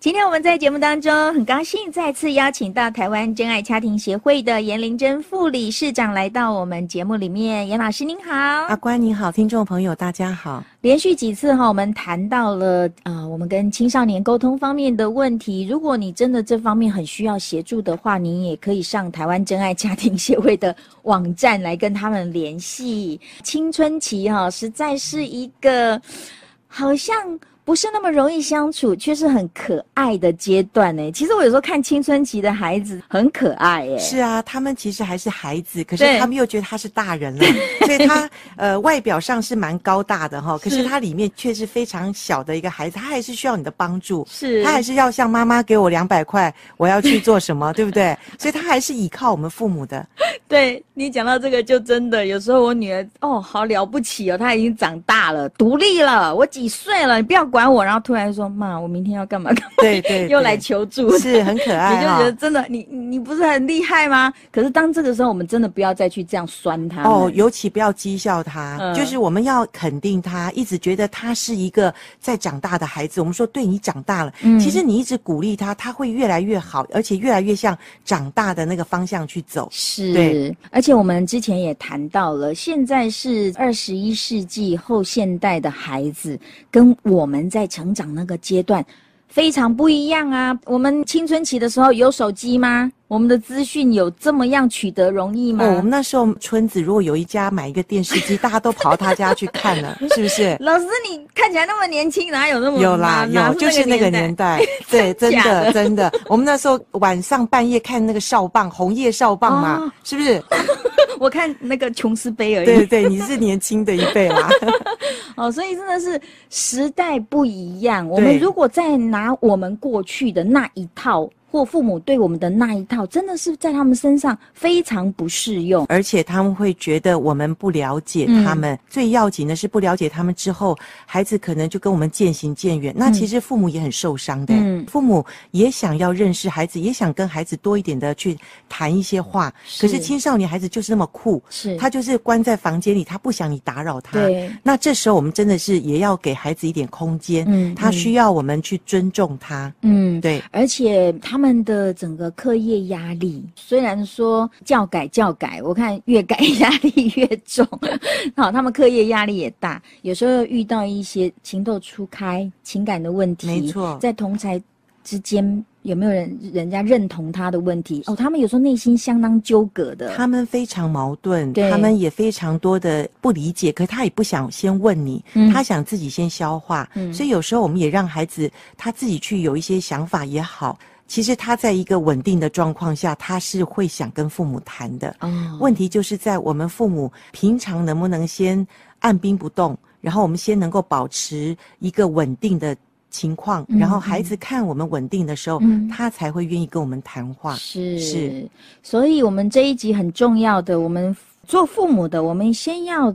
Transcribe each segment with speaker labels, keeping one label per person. Speaker 1: 今天我们在节目当中很高兴再次邀请到台湾真爱家庭协会的严玲珍副理事长来到我们节目里面。严老师您好，
Speaker 2: 阿关你好，听众朋友大家好。
Speaker 1: 连续几次哈、我们谈到了呃，我们跟青少年沟通方面的问题。如果你真的这方面很需要协助的话，你也可以上台湾真爱家庭协会的网站来跟他们联系。青春期哈、实在是一个好像不是那么容易相处，却是很可爱的阶段呢。其实我有时候看青春期的孩子很可爱欸耶，
Speaker 2: 是啊，他们其实还是孩子，可是
Speaker 1: 对
Speaker 2: 他们又觉得他是大人了，所以他呃外表上是蛮高大的哈，可是
Speaker 1: 是
Speaker 2: 他里面却是非常小的一个孩子，他还是需要你的帮助。
Speaker 1: 是
Speaker 2: 他还是要像妈妈给我两百块，我要去做 什么，对不对？所以他还是依靠我们父母的。
Speaker 1: 对你讲到这个，就真的有时候我女儿哦，好了不起哦，她已经长大了，独立了，我几岁了，你不要管我。然后突然说妈，我明天要干嘛干嘛，
Speaker 2: 对对，
Speaker 1: 又
Speaker 2: 对
Speaker 1: 来求助，
Speaker 2: 是很可爱啊
Speaker 1: 你就觉得
Speaker 2: 哈。
Speaker 1: 真的，你你你不是很厉害吗？可是当这个时候，我们真的不要再去这样酸她
Speaker 2: 哦，
Speaker 1: 们
Speaker 2: 尤其不要讥笑他，
Speaker 1: 嗯
Speaker 2: 就是我们要肯定他，一直觉得他是一个在长大的孩子。我们说对你长大了，
Speaker 1: 嗯
Speaker 2: 其实你一直鼓励他，他会越来越好，而且越来越向长大的那个方向去走。对
Speaker 1: 是，而且我们之前也谈到了，现在是二十一世纪后现代的孩子，跟我们在成长那个阶段非常不一样啊。我们青春期的时候有手机吗？我们的资讯有这么样取得容易吗？
Speaker 2: 哦，我们那时候村子如果有一家买一个电视机，大家都跑到他家去看 了，是不是？
Speaker 1: 老师，你看起来那么年轻，哪有那么
Speaker 2: 有啦，
Speaker 1: 哪
Speaker 2: 有，
Speaker 1: 哪
Speaker 2: 就是那个
Speaker 1: 代
Speaker 2: 年代， 对，真
Speaker 1: 假
Speaker 2: 的
Speaker 1: 的
Speaker 2: 真的，我们那时候晚上半夜看那个少棒，红叶少棒嘛
Speaker 1: 哦，
Speaker 2: 是不是？
Speaker 1: 我看那个琼斯杯而已。
Speaker 2: 对对，你是年轻的一辈 啦。
Speaker 1: 哦，所以真的是时代不一样。我们如果再拿我们过去的那一套，或父母对我们的那一套，真的是在他们身上非常不适用。
Speaker 2: 而且他们会觉得我们不了解
Speaker 1: 嗯
Speaker 2: 他们，最要紧的是不了解他们之后，孩子可能就跟我们渐行渐远。那其实父母也很受伤的、
Speaker 1: 嗯
Speaker 2: 父母也想要认识孩子，也想跟孩子多一点的去谈一些话。可是青少年孩子就是那么酷，
Speaker 1: 是
Speaker 2: 他就是关在房间里，他不想你打扰他。
Speaker 1: 对
Speaker 2: 那这时候我们真的是也要给孩子一点空间，
Speaker 1: 嗯
Speaker 2: 他
Speaker 1: 嗯
Speaker 2: 需要我们去尊重他。
Speaker 1: 嗯。
Speaker 2: 对，
Speaker 1: 而且他们的整个课业压力，虽然说教改教改，我看越改 压力越重，好，他们课业压力也大，有时候又遇到一些情窦初开、情感的问题，
Speaker 2: 没错
Speaker 1: 在同才之间有没有人人家认同他的问题？哦，他们有时候内心相当纠葛的，
Speaker 2: 他们非常矛盾，
Speaker 1: 对
Speaker 2: 他们也非常多的不理解，可他也不想先问你，
Speaker 1: 嗯
Speaker 2: 他想自己先消化。
Speaker 1: 嗯
Speaker 2: 所以有时候我们也让孩子他自己去有一些想法也好，其实他在一个稳定的状况下，他是会想跟父母谈的。
Speaker 1: 哦，
Speaker 2: 问题就是在我们父母平常能不能先按兵不动，然后我们先能够保持一个稳定的情况，
Speaker 1: 嗯
Speaker 2: 然后孩子看我们稳定的时候，
Speaker 1: 嗯
Speaker 2: 他才会愿意跟我们谈话。
Speaker 1: 是
Speaker 2: 是，
Speaker 1: 所以我们这一集很重要的，我们做父母的，我们先要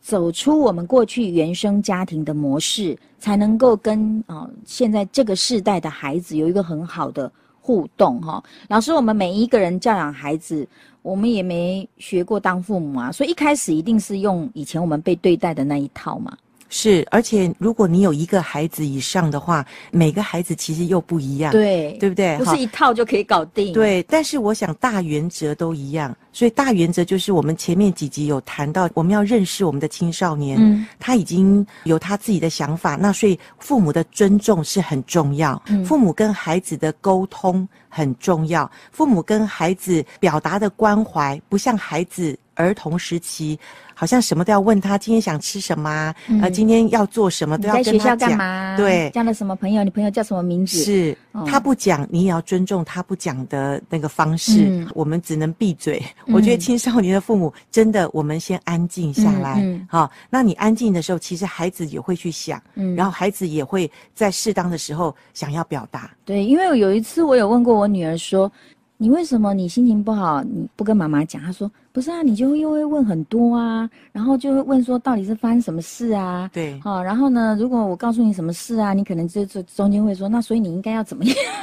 Speaker 1: 走出我们过去原生家庭的模式，才能够跟啊、呃现在这个世代的孩子有一个很好的互动哈、老师，我们每一个人教养孩子，我们也没学过当父母啊，所以一开始一定是用以前我们被对待的那一套嘛。
Speaker 2: 是，而且如果你有一个孩子以上的话，每个孩子其实又不一样，
Speaker 1: 对
Speaker 2: 对不对？
Speaker 1: 不
Speaker 2: 哈
Speaker 1: 是一套就可以搞定。，
Speaker 2: 对，但是我想大原则都一样，所以大原则就是我们前面几集有谈到，我们要认识我们的青少年，
Speaker 1: 嗯
Speaker 2: 他已经有他自己的想法，那所以父母的尊重是很重要，
Speaker 1: 嗯
Speaker 2: 父母跟孩子的沟通很重要，父母跟孩子表达的关怀，不像孩子儿童时期。好像什么都要问他，今天想吃什么、啊？呃，
Speaker 1: 嗯
Speaker 2: 今天要做什么
Speaker 1: 你
Speaker 2: 都要
Speaker 1: 在
Speaker 2: 跟
Speaker 1: 学
Speaker 2: 他
Speaker 1: 校干
Speaker 2: 讲。
Speaker 1: 嘛？
Speaker 2: 对
Speaker 1: 交了什么朋友？你朋友叫什么名字？
Speaker 2: 是
Speaker 1: 哦
Speaker 2: 他不讲，你也要尊重他不讲的那个方式。
Speaker 1: 嗯
Speaker 2: 我们只能闭嘴。我觉得青少年的父母真的，我们先安静下来。好、
Speaker 1: 嗯嗯
Speaker 2: 那你安静的时候，其实孩子也会去想，
Speaker 1: 嗯
Speaker 2: 然后孩子也会在适当的时候想要表达。
Speaker 1: 对，因为有一次我有问过我女儿说，你为什么你心情不好你不跟妈妈讲？她说不是啊，你就又会问很多啊，然后就会问说到底是发生什么事啊？
Speaker 2: 对，
Speaker 1: 哦，然后呢，如果我告诉你什么事啊，你可能就就中间会说，那所以你应该要怎么样？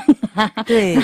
Speaker 2: 对，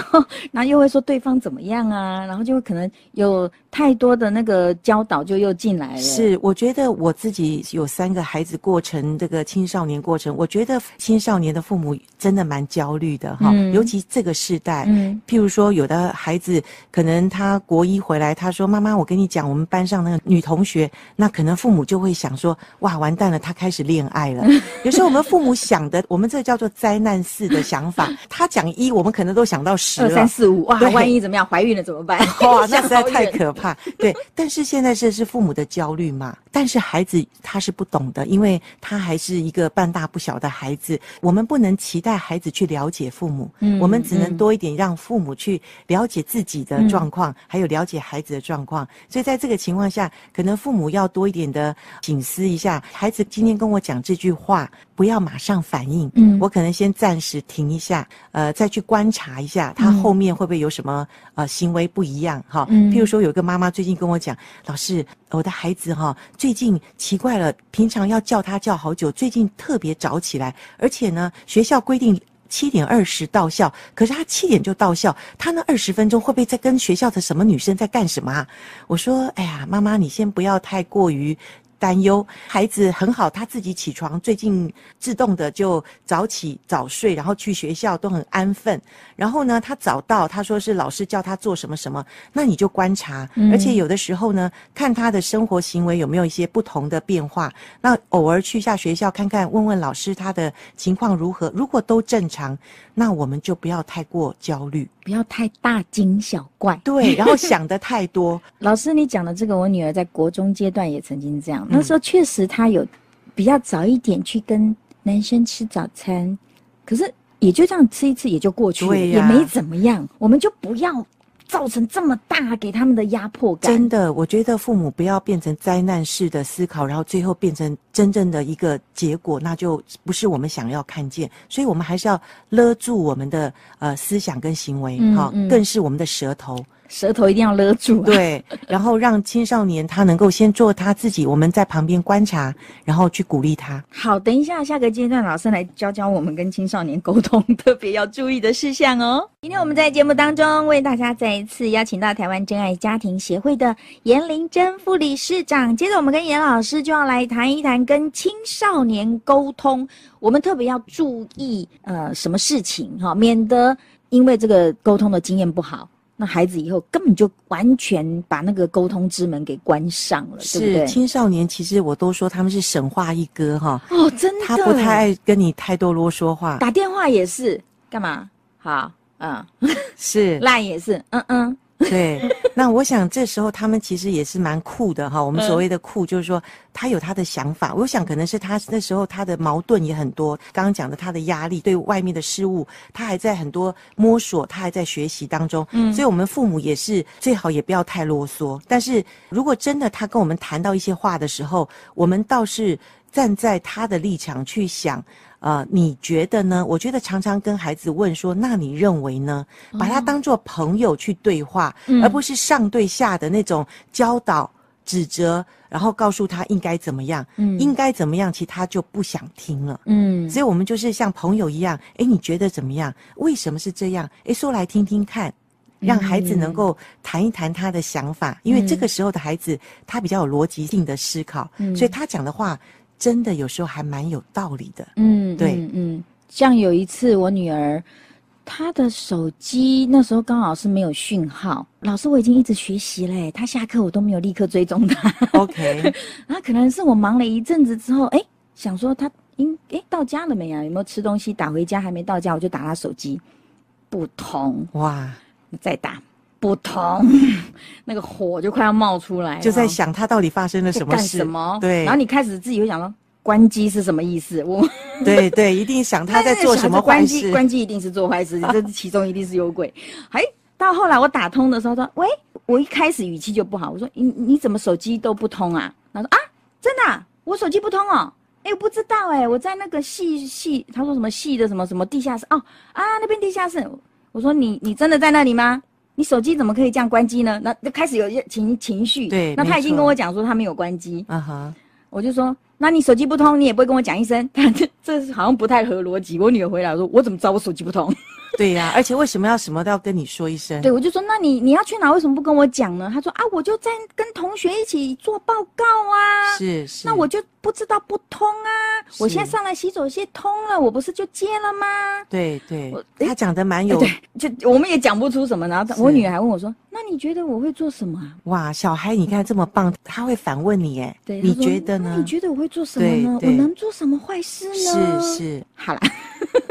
Speaker 1: 然后又会说对方怎么样啊，然后就可能有太多的那个教导就又进来了。，
Speaker 2: 是，我觉得我自己有三个孩子过程，这个青少年过程，我觉得青少年的父母真的蛮焦虑的哈，
Speaker 1: 嗯
Speaker 2: 尤其这个世代。
Speaker 1: 嗯，
Speaker 2: 譬如说，有的孩子可能他国一回来，他说：“妈妈，我跟你讲，我们班上那个女同学，那可能父母就会想说，哇，完蛋了，她开始恋爱 了。”有时候我们父母想的，我们这个叫做灾难式的想法。他讲一，我们可能都想到十
Speaker 1: 二
Speaker 2: 了
Speaker 1: 三。四五，哇，
Speaker 2: 对
Speaker 1: 万一怎么样，怀孕了怎么办？
Speaker 2: 哇，那
Speaker 1: 想
Speaker 2: 实在
Speaker 1: 好
Speaker 2: 太
Speaker 1: 远
Speaker 2: 可怕。对，但是现在这是父母的焦虑嘛？但是孩子他是不懂的，因为他还是一个半大不小的孩子，我们不能期待孩子去了解父母，
Speaker 1: 嗯
Speaker 2: 我们只能
Speaker 1: 嗯
Speaker 2: 多一点让父母去了解自己的状况，还有了解孩子的状况。所以在这个情况下，可能父母要多一点的警思一下，孩子今天跟我讲这句话，不要马上反应，
Speaker 1: 嗯
Speaker 2: 我可能先暂时停一下，呃，再去观察一下他
Speaker 1: 嗯
Speaker 2: 后面会不会有什么呃行为不一样哈。
Speaker 1: 嗯
Speaker 2: 譬如说，有一个妈妈最近跟我讲，老师，我的孩子哈最近奇怪了，平常要叫他叫好久，最近特别早起来，而且呢，学校规定。七点二十到校，可是他七点就到校，他那二十分钟会不会在跟学校的什么女生在干什么啊？我说，哎呀，妈妈，你先不要太过于担忧，孩子很好，他自己起床，最近自动的就早起早睡，然后去学校都很安分。然后呢，他早到，他说是老师叫他做什么什么，那你就观察，
Speaker 1: 嗯
Speaker 2: 而且有的时候呢，看他的生活行为有没有一些不同的变化。那偶尔去一下学校看看，问问老师他的情况如何。如果都正常，那我们就不要太过焦虑，
Speaker 1: 不要太大惊小怪。
Speaker 2: 对，然后想的太多，
Speaker 1: 老师，你讲的这个，我女儿在国中阶段也曾经这样。
Speaker 2: 嗯
Speaker 1: 那时候确实她有比较早一点去跟男生吃早餐，可是也就这样吃一次也就过去了，
Speaker 2: 对
Speaker 1: 也
Speaker 2: 呀
Speaker 1: 没怎么样。我们就不要造成这么大给他们的压迫感。
Speaker 2: 真的，我觉得父母不要变成灾难式的思考，然后最后变成真正的一个结果，那就不是我们想要看见。所以我们还是要勒住我们的呃思想跟行为，
Speaker 1: 嗯
Speaker 2: 哈、
Speaker 1: 嗯
Speaker 2: 更是我们的舌 头。
Speaker 1: 舌头一定要勒住、啊。，
Speaker 2: 对，然后让青少年他能够先做他自己，我们在旁边观察，然后去鼓励他。
Speaker 1: 好，等一下下个阶段老师来教教我们跟青少年沟通特别要注意的事项哦。今天我们在节目当中为大家再一次邀请到台湾真爱家庭协会的严玲珍副理事长，接着我们跟严老师就要来谈一谈跟青少年沟通，我们特别要注意呃什么事情哈、免得因为这个沟通的经验不好。那孩子以后根本就完全把那个沟通之门给关上了，对不
Speaker 2: 是
Speaker 1: 对？
Speaker 2: 青少年，其实我都说他们是神话一哥哈，
Speaker 1: 哦，真的，
Speaker 2: 他不太爱跟你太多啰嗦话。
Speaker 1: 打电话也是干嘛？好，嗯，
Speaker 2: 是，
Speaker 1: 赖也是，嗯嗯，
Speaker 2: 对，那我想这时候他们其实也是蛮酷的哈。我们所谓的酷，就是说他有他的想法。我想可能是他那时候他的矛盾也很多，刚刚讲的他的压力，对外面的事物，他还在很多摸索，他还在学习当中。
Speaker 1: 嗯
Speaker 2: 所以我们父母也是最好也不要太啰嗦。但是如果真的他跟我们谈到一些话的时候，我们倒是站在他的立场去想。呃，你觉得呢？我觉得常常跟孩子问说，那你认为呢？把他当做朋友去对话，
Speaker 1: 哦嗯
Speaker 2: 而不是上对下的那种教导、指责，然后告诉他应该怎么样，
Speaker 1: 嗯
Speaker 2: 应该怎么样，其实他就不想听了。
Speaker 1: 嗯
Speaker 2: 所以，我们就是像朋友一样，诶，你觉得怎么样？为什么是这样？诶，说来听听看，让孩
Speaker 1: 嗯
Speaker 2: 子能够谈一谈他的想法，因为这个时候的孩子他比较有逻辑性的思考，
Speaker 1: 嗯
Speaker 2: 所以他讲的话真的有时候还蛮有道理的。
Speaker 1: 嗯，
Speaker 2: 对
Speaker 1: 嗯嗯，像有一次我女儿，她的手机那时候刚好是没有讯号，老师我已经一直学习嘞，她下课我都没有立刻追踪她，
Speaker 2: OK，
Speaker 1: 然后可能是我忙了一阵子之后，哎，想说她应哎到家了没啊？有没有吃东西？打回家还没到家，我就打她手机，不通，
Speaker 2: 哇，
Speaker 1: 再打不通， 那个火就快要冒出来了，
Speaker 2: 就在想他到底发生了什么
Speaker 1: 哎干
Speaker 2: 事？
Speaker 1: 什么？
Speaker 2: 对，
Speaker 1: 然后你开始自己会想到关机是什么意思？我
Speaker 2: 对对，一定想他在做什么坏
Speaker 1: 关机，
Speaker 2: 事。
Speaker 1: 关机一定是做 坏事，这其中一定是有鬼。哎，到后来我打通的时候说，喂，我一开始语气就不好，我说你你怎么手机都不通啊？他说啊，真的啊、我手机不通哦。哎、我不知道哎、我在那个系系，他说什么系的什么什么地下室哦啊，那边地下室。我说你你真的在那里吗？你手机怎么可以这样关机呢？那就开始有一些情情绪。
Speaker 2: 对
Speaker 1: 那他已经
Speaker 2: 没错
Speaker 1: 跟我讲说他没有关机，
Speaker 2: 啊哈，
Speaker 1: 我就说，那你手机不通，你也不会跟我讲一声。 他这这好像不太合逻辑。我女儿回来我说，我怎么知道我手机不通？
Speaker 2: 嗯对呀、而且为什么要什么都要跟你说一声？
Speaker 1: 对，我就说，那你你要去哪？为什么不跟我讲呢？他说啊，我就在跟同学一起做报告啊。
Speaker 2: 是是。
Speaker 1: 那我就不知道不通啊！我
Speaker 2: 是
Speaker 1: 现在上来洗手间通了，我不是就接了吗？
Speaker 2: 对对
Speaker 1: 我，诶哎
Speaker 2: 他讲的蛮有
Speaker 1: 对，就我们也讲不出什么。然后她
Speaker 2: 是
Speaker 1: 我女儿还问我说：“那你觉得我会做什么啊
Speaker 2: 哇，小孩你看这么棒，他会反问你哎？”，
Speaker 1: 对，
Speaker 2: 你
Speaker 1: 她说
Speaker 2: 觉得
Speaker 1: 那
Speaker 2: 呢
Speaker 1: 你？觉得我会做什么呢？
Speaker 2: 对
Speaker 1: 我
Speaker 2: 对
Speaker 1: 能做什么坏事呢？
Speaker 2: 是，是，
Speaker 1: 好啦，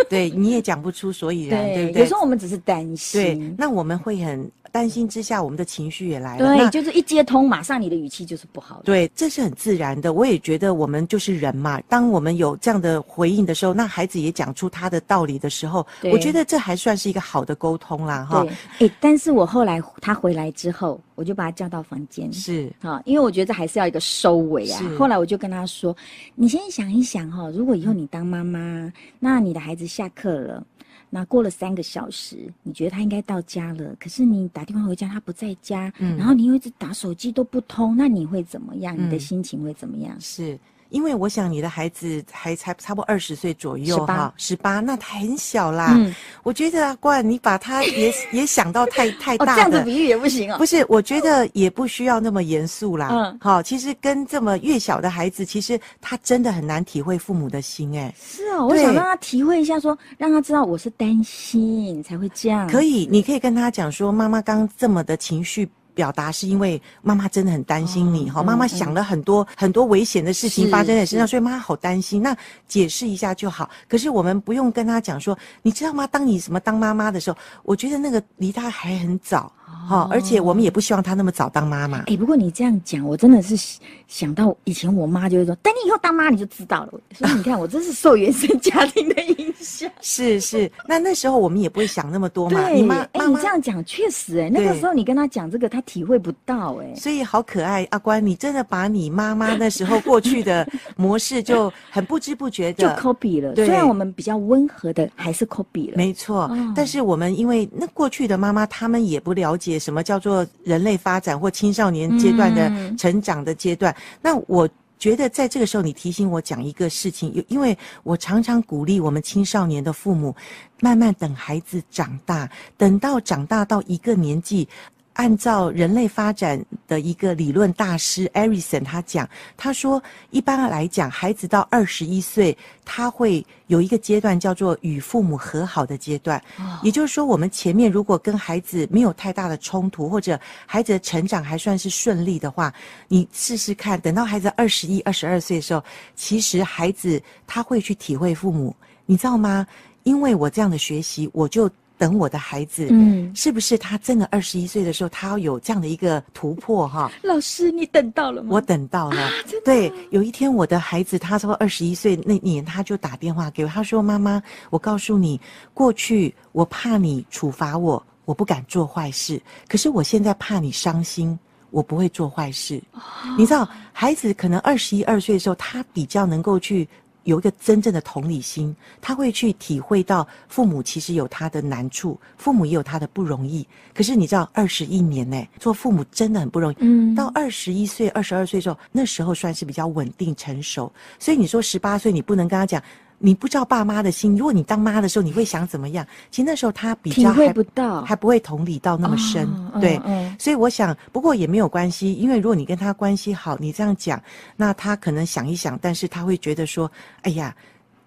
Speaker 2: 对，你也讲不出所 以然，对不
Speaker 1: 有
Speaker 2: 对
Speaker 1: 时？候我们只是担
Speaker 2: 对
Speaker 1: 心，，
Speaker 2: 那我们会很担心之下，我们的情绪也来了。
Speaker 1: 对，
Speaker 2: 那
Speaker 1: 就是一接通，马上你的语气就是不好的。
Speaker 2: 对，这是很自然的。我也觉得我们就是人嘛，当我们有这样的回应的时候，那孩子也讲出他的道理的时候，
Speaker 1: 对
Speaker 2: 我觉得这还算是一个好的沟通啦，哈
Speaker 1: 对。，哎、但是我后来她回来之后，我就把她叫到房间，
Speaker 2: 是
Speaker 1: 啊，因为我觉得这还是要一个收尾啊
Speaker 2: 是。
Speaker 1: 后来我就跟他说：“你先想一想哈、如果以后你当妈妈，那你的孩子下课了，那过了三个小时，你觉得他应该到家了，可是你打电话回家他不在家，
Speaker 2: 嗯
Speaker 1: 然后你又一直打手机都不通，那你会怎么样？你的
Speaker 2: 嗯
Speaker 1: 心情会怎么样？
Speaker 2: 是。因为我想你的孩子还才差不多二十岁左右
Speaker 1: 18
Speaker 2: 哈，十八，那他很小啦。
Speaker 1: 嗯，
Speaker 2: 我觉得啊，冠，你把他也也想到 太太
Speaker 1: 哦，这
Speaker 2: 哎大
Speaker 1: 样子
Speaker 2: 的，
Speaker 1: 比喻也不行哦。
Speaker 2: 不是？我觉得也不需要那么严肃啦。
Speaker 1: 嗯
Speaker 2: 好、其实跟这么越小的孩子，其实他真的很难体会父母的心、哎。
Speaker 1: 是哦，我想
Speaker 2: 对
Speaker 1: 让他体会一下说让他知道我是担心才会这样。
Speaker 2: 可以，你可以跟他讲说，妈妈刚这么的情绪。表达是因为妈妈真的很担心你
Speaker 1: 哦
Speaker 2: 哈，
Speaker 1: 嗯
Speaker 2: 妈妈想了很多、很多危险的事情
Speaker 1: 是
Speaker 2: 发生在你身上，
Speaker 1: 是
Speaker 2: 所以妈妈好担心。那解释一下就好。可是我们不用跟他讲说，你知道吗？当你什么当妈妈的时候，我觉得那个离他还很早哈、
Speaker 1: 哦
Speaker 2: 而且我们也不希望他那么早当妈妈。
Speaker 1: 哎、不过你这样讲，我真的是想想到以前我妈就会说，等你以后当妈你就知道了。所以你看，我真是受原生家庭的影响。
Speaker 2: 是是，那那时候我们也不会想那么多嘛。
Speaker 1: 对，
Speaker 2: 你
Speaker 1: 哎、
Speaker 2: 妈妈
Speaker 1: 你
Speaker 2: 妈
Speaker 1: 这样讲确实、哎，那个
Speaker 2: 对
Speaker 1: 时候你跟她讲这个，她体会不到、哎，
Speaker 2: 所以好可爱，阿关，你真的把你妈妈那时候过去的模式就很不知不觉
Speaker 1: 就
Speaker 2: 的
Speaker 1: copy 了。
Speaker 2: 对
Speaker 1: 虽然我们比较温和的，还是 copy 了。
Speaker 2: 没错，
Speaker 1: 哦
Speaker 2: 但是我们因为那过去的妈妈，她们也不了解什么叫做人类发展或青少年阶段的
Speaker 1: 嗯
Speaker 2: 成长的阶段。那我觉得在这个时候，你提醒我讲一个事情，有因为我常常鼓励我们青少年的父母，慢慢等孩子长大，等到长大到一个年纪。按照人类发展的一个理论大师艾瑞森他讲，他说，一般来讲，孩子到二十一岁，他会有一个阶段叫做与父母和好的阶段。
Speaker 1: 哦
Speaker 2: 也就是说，我们前面如果跟孩子没有太大的冲突，或者孩子的成长还算是顺利的话，你试试看，等到孩子二十一、二十二岁的时候，其实孩子他会去体会父母，你知道吗？因为我这样的学习，我就等我的孩子。
Speaker 1: 嗯，
Speaker 2: 是不是他真的二十一岁的时候，他要有这样的一个突破哈？
Speaker 1: 老师，你等到了吗？啊
Speaker 2: 我等到了，
Speaker 1: 真的
Speaker 2: 对，有一天我的孩子，他说二十一岁那年，他就打电话给我，他说：“妈妈，我告诉你，过去我怕你处罚我，我不敢做坏事，可是我现在怕你伤心，我不会做坏事。
Speaker 1: 哦
Speaker 2: 你知道，孩子可能二十一二岁的时候，他比较能够去。有一个真正的同理心，他会去体会到父母其实有他的难处，父母也有他的不容易。可是你知道，二十一年呢、做父母真的很不容易。
Speaker 1: 嗯
Speaker 2: 到二十一岁、二十二岁的时候，那时候算是比较稳定成熟。所以你说十八岁，你不能跟他讲，你不知道爸妈的心。如果你当妈的时候，你会想怎么样？其实那时候他比
Speaker 1: 体
Speaker 2: 较
Speaker 1: 会
Speaker 2: 还
Speaker 1: 不到，
Speaker 2: 还不会同理到那么深，
Speaker 1: 哦
Speaker 2: 对。
Speaker 1: 嗯
Speaker 2: 所以我想，不过也没有关系，因为如果你跟他关系好，你这样讲，那他可能想一想，但是他会觉得说：“哎呀，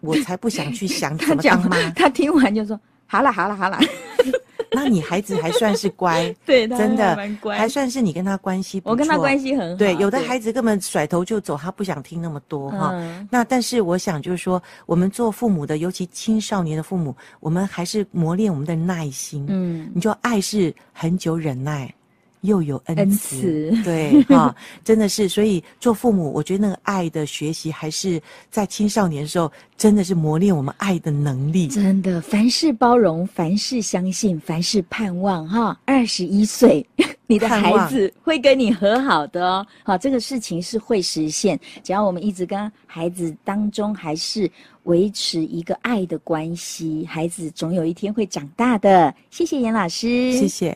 Speaker 2: 我才不想 去想
Speaker 1: 他
Speaker 2: 怎么当
Speaker 1: 讲
Speaker 2: 妈。
Speaker 1: 完， 他听完就说：“好啦，好啦，好啦。”
Speaker 2: 那你孩子还算是乖，
Speaker 1: 对，他
Speaker 2: 真的
Speaker 1: 蛮乖
Speaker 2: 还。算是你跟他关系不错。
Speaker 1: 我跟他关系很好。
Speaker 2: 对，有的孩子根本甩头就走，他不想听那么多哈。
Speaker 1: 嗯
Speaker 2: 那但是我想就是说，我们做父母的，尤其青少年的父母，我们还是磨练我们的耐心。
Speaker 1: 嗯，
Speaker 2: 你就爱是很久忍耐，又有恩
Speaker 1: 恩
Speaker 2: 慈。
Speaker 1: 慈。
Speaker 2: 对哈、真的是，所以做父母，我觉得那个爱的学习，还是在青少年的时候，真的是磨练我们爱的能力。
Speaker 1: 真的，凡事包容，凡事相信，凡事盼望，哈！二十一岁， 你的
Speaker 2: 盼
Speaker 1: 孩
Speaker 2: 望
Speaker 1: 子会跟你和好的哦。好，这个事情是会实现，只要我们一直跟孩子当中还是维持一个爱的关系，孩子总有一天会长大的。谢谢严老师，
Speaker 2: 谢谢。